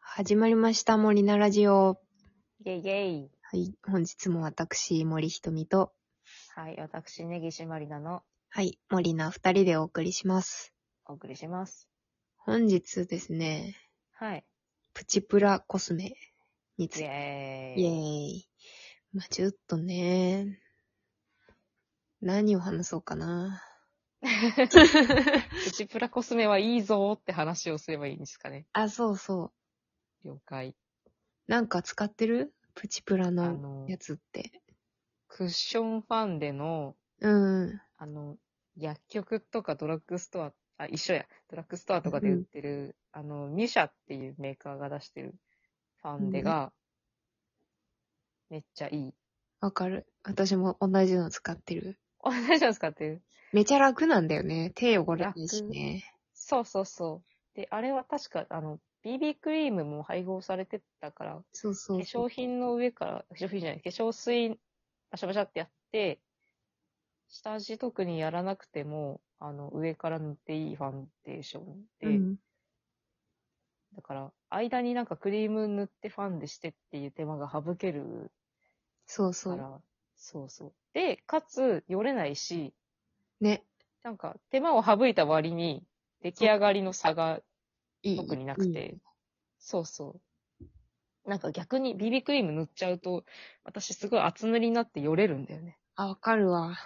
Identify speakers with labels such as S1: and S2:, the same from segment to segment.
S1: 始まりました、森菜ラジオ。
S2: イェイイェイ。
S1: はい、本日も私、森ひとみと、
S2: はい、私、根岸まりなの
S1: はい、森菜二人でお送りします。
S2: お送りします。
S1: 本日ですね、
S2: はい。
S1: プチプラコスメにつ
S2: イ
S1: いて、
S2: ェー
S1: イ
S2: イ。
S1: ェーイ。まあちょっとね、何を話そうかな。
S2: プチプラコスメはいいぞーって話をすればいいんですかね。
S1: あ、そうそ
S2: 了解。
S1: う。なんか使ってるプチプラ
S2: あ
S1: の
S2: の、
S1: やつって。
S2: クッションファンデの、
S1: うん。
S2: あの、薬局とかドラッグストア、あ、一緒や。ドラッグストアとかで売ってる、あの、ミシャっていうメーカーが出してるファンデが、めっちゃいい。
S1: わかる。私も同じの使ってる。
S2: 同じなんですかって。
S1: めちゃ楽なんだよね。手汚れないしね。
S2: そうそうそう。で、あれは確か、あの、BB クリームも配合されてたから、
S1: そうそ
S2: 化
S1: うそう。
S2: 粧品の上から、化粧品じゃない、化粧水、バシャバシャってやって、下地特にやらなくても、あの、上から塗っていいファンデーションで、
S1: うん、
S2: だから、間になんかクリーム塗ってファンデしてっていう手間が省ける
S1: そう
S2: か
S1: そう。
S2: ら、そうそう。で、かつ、よれないし、
S1: ね。
S2: なんか、手間を省いた割に、出来上がりの差が
S1: いい。
S2: 特になく
S1: いい
S2: て。そうそう。なんか逆に BB クリーム塗っちゃうと、私すごい厚塗りになってよれるんだよね。
S1: あ、わかるわ。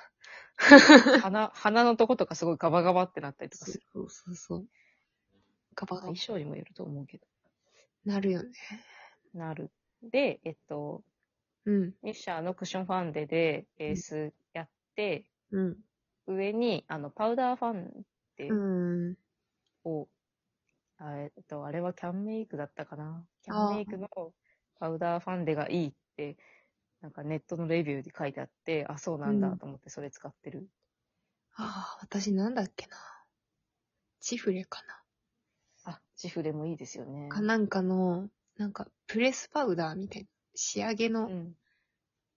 S2: 鼻、鼻のとことかすごいガバガバってなったりとか
S1: そう
S2: する。
S1: そうそう。ガバガバ
S2: 衣装にもよると思うけど。
S1: なるよね。
S2: なる。で、えっと、
S1: うん。
S2: ミッシャーのクッションファンデでベースやって、
S1: うん。
S2: 上に、あの、パウダーファンデ
S1: うん。
S2: を、あえっと、あれはキャンメイクだったかな。キャンメイクのパウダーファンデがいいって、なんかネットのレビューで書いてあって、あ、そうなんだ
S1: うん
S2: と思ってそれ使ってる。
S1: ああ、私なんだっけな。チフレか
S2: あ、チフでもいいですよ
S1: な。。
S2: ね
S1: かなんかの、なんか、プレスパウダーみたいな。仕上げ
S2: うん。う
S1: の
S2: ん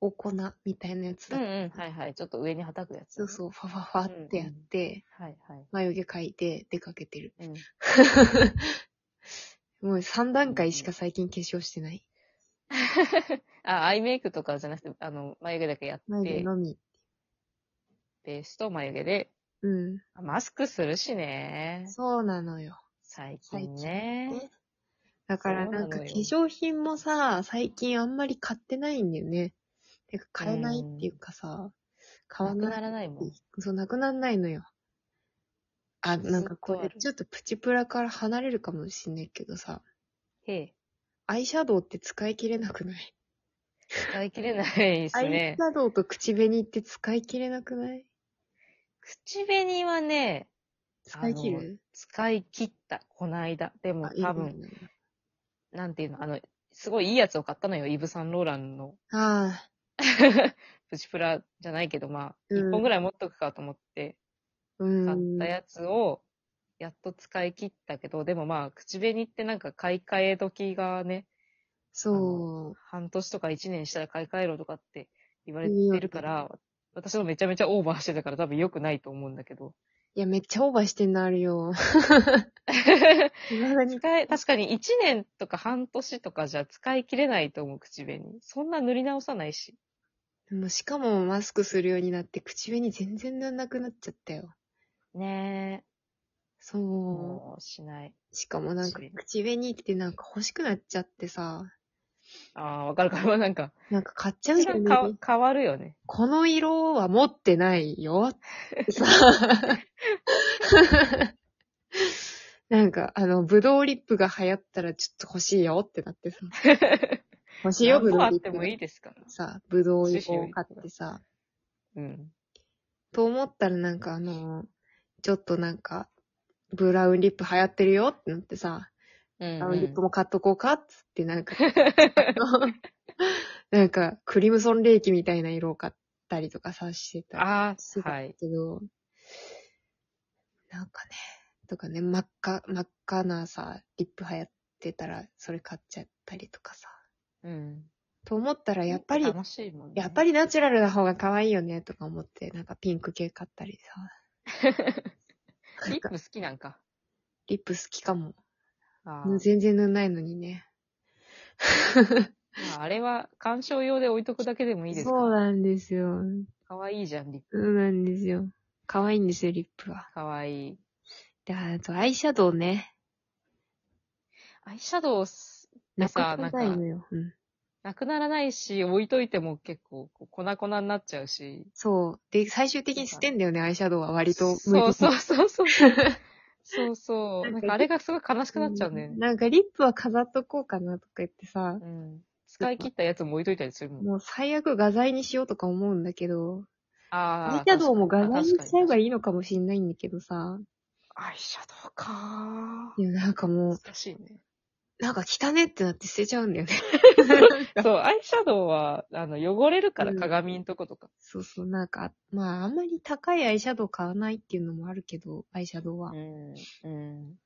S1: お粉みたいなやつ
S2: う
S1: だ。
S2: ん、はいはい。ちょっと上に叩くやつ。
S1: そうそう、ファファファってやって、
S2: はいはい。
S1: 眉毛描いて出かけて る。
S2: うん。
S1: もう3段階しか最近化粧してない。
S2: あ、アイメイクとかじゃなくて、あの、眉毛だけやっ
S1: 眉毛
S2: て、
S1: のみ。
S2: ベースと眉毛で、
S1: うん。
S2: あマスクするしね。
S1: そうなのよ。
S2: 最近ね。
S1: ねだからなんか
S2: そ
S1: 化
S2: うなのよ
S1: 粧品もさ、最近あんまり買ってないんだよね。てか買えないっていうかさ、買わ
S2: なくな
S1: ない。
S2: らないもん。
S1: そう、なくなんないのよ。あ、なんかこ
S2: ず
S1: れ
S2: っとある
S1: ちょっとプチプラから離れるかもしんないけどさ、
S2: へえ。
S1: アイシャドウって使い切れなく ない
S2: 使い切れないです
S1: アイ
S2: ね
S1: シ。ャドウと口紅って使い切れなくない
S2: 口紅はね、
S1: 使い切る
S2: 使い切った、こないだ。でも
S1: あ、いい
S2: 多
S1: よ
S2: 分、
S1: ね
S2: なんていうの、あの、すごいいいやつを買ったのよ、イブ・サンローランの。
S1: ああ、
S2: プチプラじゃないけど、まあ、
S1: うん
S2: 1本ぐらい持っとくかと思って、
S1: う
S2: 買っ
S1: ん
S2: た。やつを、やっと使い切ったけど、でもまあ、口紅ってなんか買い替え時がね、
S1: そ
S2: 半年とか1年したら買い替えろとかって言われ
S1: いいよ
S2: てるから、私もめちゃめちゃオーバーしてたから多分良くないと思うんだけど。
S1: う。いや、めっちゃオーバーしてんのあるよ。 いまだに
S2: 使え、確かに1年とか半年とかじゃ使い切れないと思う、口紅。そんな塗り直さないし。
S1: もうしかもマスクするようになって口紅全然なんなくなっちゃったよ。
S2: ねえ。
S1: そ
S2: もう、しない。
S1: う。しかもなんか
S2: 口紅
S1: 口紅ってなんか欲しくなっちゃってさ、
S2: ああ、わかるかも。なんか、
S1: なんか買っちゃうん
S2: 一
S1: だよ
S2: 番
S1: ね
S2: かわ変わるよね。
S1: この色は持ってないよって さ。なんかあの、ブドウリップが流行ったらちょっと欲しいよってなってさ。欲しいよ、
S2: 何
S1: ブドウ
S2: 個あっ
S1: リッ
S2: て
S1: プ
S2: も
S1: が
S2: いいですから。
S1: さ、ブドウを買ってさ。
S2: うん。
S1: と思ったらなんかあの、ちょっとなんか、ブラウンリップ流行ってるよってなってさ、
S2: う
S1: ブ
S2: ん、う
S1: ラウンリッ
S2: ん
S1: プ。も買っとこうかっつってなんか、なんかクリムソンレーキみたいな色を買ったりとかさしてたり
S2: あ
S1: して
S2: あ、
S1: た
S2: は
S1: んだ
S2: い。
S1: けど、なんかね、とかね、真っ赤、真っ赤なさ、リップ流行ってたらそれ買っちゃったりとかさ。
S2: うん。
S1: と思ったらやっぱり、
S2: 楽しいもんね。
S1: やっぱりナチュラルな方が可愛いよねとか思って、なんかピンク系買ったりさ。
S2: リップ好きなんか。
S1: リップ好きかも。
S2: あ
S1: もう
S2: ー
S1: 全然塗んないのにね。
S2: まあ、あれは鑑賞用で置いとくだけでもいいですか
S1: そう
S2: ら。
S1: なんですよ。
S2: かわいいじゃん、リップ。
S1: そうなんですよ。可愛いんですよ、リップは。
S2: かわいい。
S1: で、あとアイシャドウね。
S2: アイシャドウすで
S1: なく
S2: さ、
S1: な
S2: な
S1: ら
S2: ん
S1: な
S2: か、
S1: いのよ。うん。
S2: なくならないし、置いといても結構こう粉々になっちゃうし。
S1: そう。で、最終的に捨てんだよね、アイシャドウは割と。。
S2: そうそ ううそうそう。そうそう。なんかあれがすごい悲しくなっちゃうんだよね。
S1: なんかリップは飾っとこうかなとか言ってさ、
S2: うん。使い切ったやつも置いといたりするもん。
S1: もう最悪画材にしようとか思うんだけど、
S2: あ
S1: ア
S2: あ。
S1: イシャドウも画材にしちゃえば
S2: いい。
S1: いいのかもしんないんだけどさ、
S2: アイシャドウか
S1: いや、なんかもう、
S2: 難しいね。
S1: なんか汚ねってなって捨てちゃうんだよね。
S2: そう、アイシャドウは、あの、汚れるから
S1: うん
S2: 鏡んとことか。
S1: そうそう、なんか、まあ、あんまり高いアイシャドウ買わないっていうのもあるけど、アイシャドウは。
S2: うん。うん。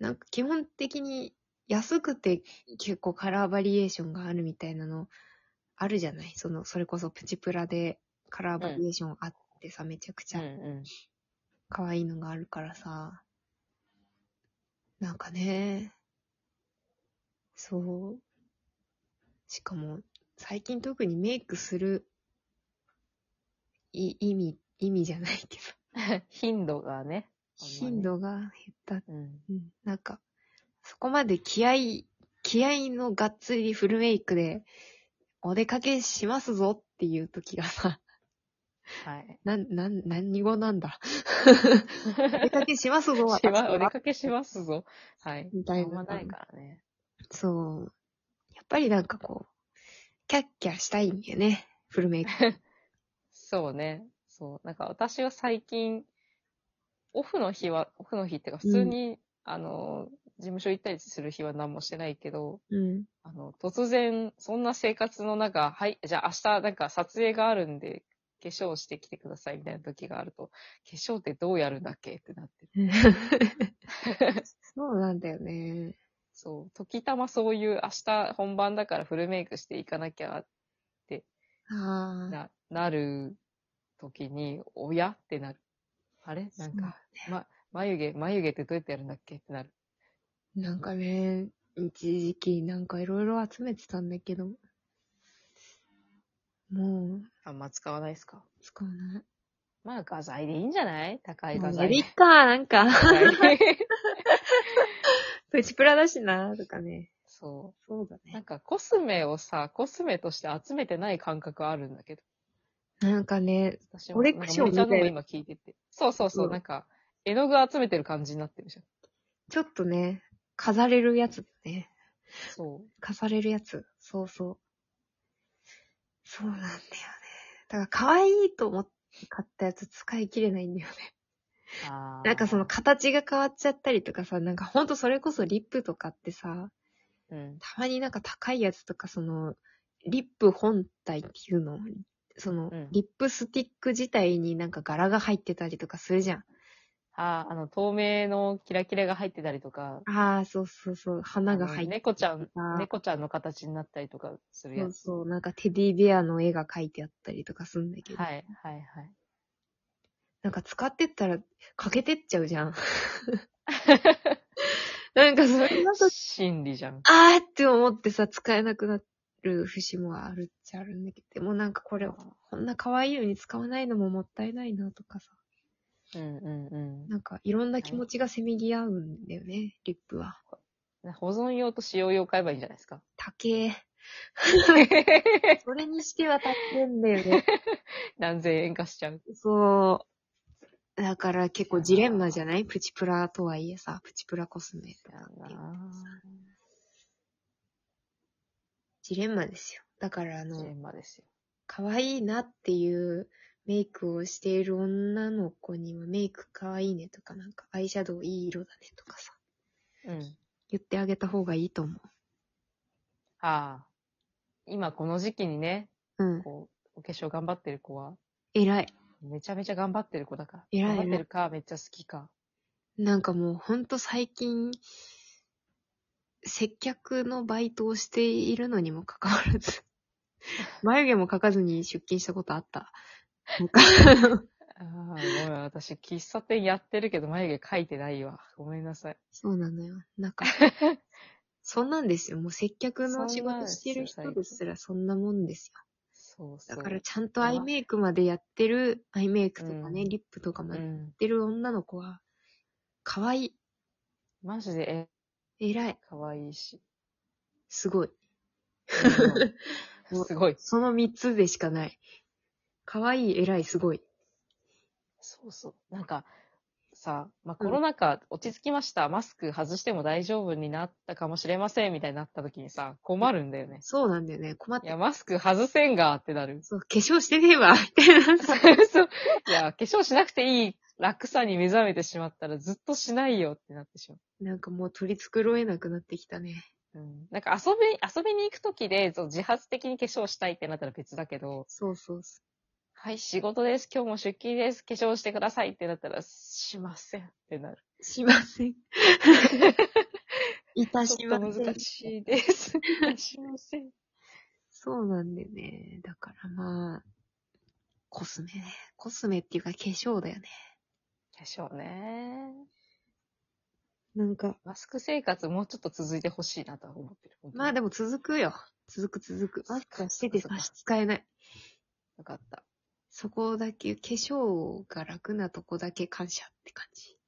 S1: なんか基本的に安くて結構カラーバリエーションがあるみたいなのあるじゃないその、それこそプチプラでカラーバリエーションあってさ、めちゃくち
S2: う
S1: ゃ
S2: んうん。
S1: 可愛いのがあるからさ。なんかね、そう。しかも、最近特にメイクする、い、意味、意味じゃないけど、
S2: 頻度がね。あんまね
S1: 頻。度が減った
S2: うん。
S1: うんなんか、そこまで気合い、気合いのがっつりフルメイクで、お出かけしますぞっていう時がさ、
S2: はい。
S1: なん、なん、何語なん だ。お出かけしますぞ、
S2: しま
S1: 私は
S2: お出かけしますぞ。はい。
S1: みたいな
S2: あんまないからね。
S1: そう。やっぱりなんかこう、キャッキャしたいんだよね、フルメイク。
S2: そうね。そう。なんか私は最近、オフの日は、オフの日っていうか、普通に、あの、事務所行ったりする日は何もしてないけど、
S1: うん。
S2: あの、突然、そんな生活の中、はい、じゃあ明日なんか撮影があるんで、化粧してきてくださいみたいな時があると、化粧ってどうやるんだっけってなってる。
S1: そうなんだよね。
S2: そう。時たまそういう明日本番だからフルメイクしていかなきゃ
S1: ああ。
S2: な、なる時に、おやってなる。あれなんか、ま、眉毛、眉毛ってどうやってやるんだっけってなる。
S1: なんかね、一時期なんかいろいろ集めてたんだけど、もう、
S2: あんま使わないですか
S1: 使わない。
S2: まあ画材でいいんじゃない高い
S1: も
S2: 画
S1: う
S2: 材
S1: や
S2: で。
S1: りっか、なんか。
S2: はい
S1: プチプラだしな、とかね。
S2: そ
S1: そうだ
S2: う。な。んかコスメをさ、コスメとして集めてない感覚あるんだけど。
S1: なんかね、
S2: 私
S1: コレクションみたいな
S2: なんか森ちゃんのも今聞いてて。そうそうそう、
S1: うん
S2: なんか、絵の具集めてる感じになってるじゃん。
S1: ちょっとね、飾れるやつね。
S2: そう。
S1: 飾れるやつ。そうそう。そうなんだよね。だから可愛いと思って買ったやつ使い切れないんだよね。
S2: あー
S1: なんかその、形が変わっちゃったりとかさ、なんかほんとそれこそリップとかってさ、
S2: うん。
S1: たまになんか高いやつとかその、リップ本体っていうのその、
S2: うん
S1: リップスティック自体になんか柄が入ってたりとかするじゃん。
S2: あーあの、透明のキラキラが入ってたりとか、
S1: ああ、そうそうそう。花が
S2: あ
S1: 入
S2: の
S1: って
S2: 猫ちゃん、
S1: た。
S2: 猫ちゃんの形になったりとかする
S1: そ
S2: や
S1: う
S2: つ。
S1: そう。なんかテディベアの絵が描いてあったりとかするんだけど。
S2: はい、はい、はい。
S1: なんか使ってったら欠けてっちゃうじゃん。 なんかそれだと、
S2: 心理じゃん。
S1: あーって思ってさ、使えなくなる節もあるっちゃあるんだけど。でもなんかこれ、こんな可愛いのに使わないのももったいないなとかさ。
S2: うんうん
S1: なんかいろんな気持ちがせめぎ合うんだよね、リップは。
S2: うん。保存用と使用用買えばいいんじゃないです か。
S1: 高え。それにしては高えんだよ ね。
S2: 何千円かしちゃう。
S1: そう。だから結構ジレンマじゃないプチプラとはいえさ、プチプラコスメとかっていうのはさジレンマですよ。だからあ
S2: ジレ
S1: の、
S2: ンマですよ。
S1: 可愛いなっていうメイクをしている女の子にはメイク可愛いねとかなんかアイシャドウいい色だねとかさ、
S2: うん。
S1: 言ってあげた方がいいと思
S2: ああ。今この時期にね、
S1: う。うん。
S2: こう、お化粧頑張ってる子は、
S1: 偉い。
S2: めちゃめちゃ頑張ってる子だから。
S1: 偉い
S2: 頑張ってるか、めっちゃ好きか。
S1: なんかもうほんと最近、接客のバイトをしているのにもかかわらず、眉毛も描かずに出勤したことあった。なんか
S2: ああ、ごめん、私、喫茶店やってるけど眉毛描いてないわ。ごめんなさい。
S1: そうなのよ。なんか、 そんなんですよ。もう接客
S2: そ
S1: の
S2: んなん
S1: 仕事してる
S2: ですよ
S1: 人ですらそんなもんですよ。
S2: そうそ
S1: だ
S2: う。
S1: からちゃんとアイメイクまでやってる、アイメイクとかね、
S2: うん
S1: リップとかま
S2: う
S1: でやっ
S2: ん。
S1: てる女の子は、可愛い
S2: マジで、
S1: 偉い、
S2: え、かわい いし。
S1: すごい。
S2: うんすごい。
S1: その三つでしかない。可愛い、偉い、すごい。
S2: そうそう。なんか、さ、まあ、
S1: うん
S2: コロナ禍落ち着きました、マスク外しても大丈夫になったかもしれません、みたいになった時にさ、困るんだよね。
S1: そうなんだよね。困っ
S2: い
S1: て。
S2: や、マスク外せんが、ってなる
S1: そう、化粧してねえわ、みたいな。
S2: そう。いや、化粧しなくていい楽さに目覚めてしまったらずっとしないよってなってしま
S1: なんかもう取り繕えなくなってきたね。
S2: う。うん。なんか遊び、遊びに行く時で、そう自発的に化粧したいってなったら別だけど、
S1: そうそうそ
S2: はい、仕事です。今日も出勤です。化粧してくださいってなったら、しませんって なる。
S1: う。しません。いた
S2: ち
S1: し
S2: ょ
S1: ま
S2: っと
S1: せん
S2: 難。しい です。いたしません。
S1: そうなんだよね。だからまあ、コスメね。コスメっていうか化粧だよね。
S2: でしょうね。
S1: なんか、
S2: マスク生活もうちょっと続いてほしいなとは思ってる。
S1: まあ
S2: で
S1: でも続くよ。続く続く。マスクはしてて
S2: そっか
S1: 差し支えない。
S2: よかった。
S1: そこだけ、化粧が楽なとこだけ感謝って感じ。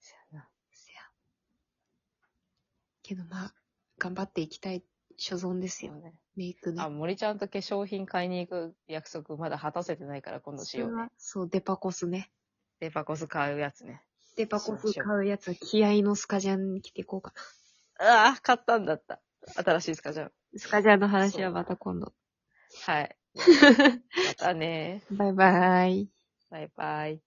S2: そやな
S1: せや。けどまあ、頑張っていきたい所存です
S2: そう
S1: よ。
S2: ね。
S1: メイクね
S2: あ、。森ちゃんと化粧品買いに行く約束まだ果たせてないから今度しよう
S1: それは
S2: ね。
S1: そう、デパコスね。
S2: デパコス買うやつね。
S1: デパコス買うやつは気合のスカジャン着てこうか
S2: ああ、買ったんだった。新しいですかじゃん。
S1: な。スカジャンの話はまた今度。
S2: はい。またね。
S1: バイバイ。
S2: バイバイ。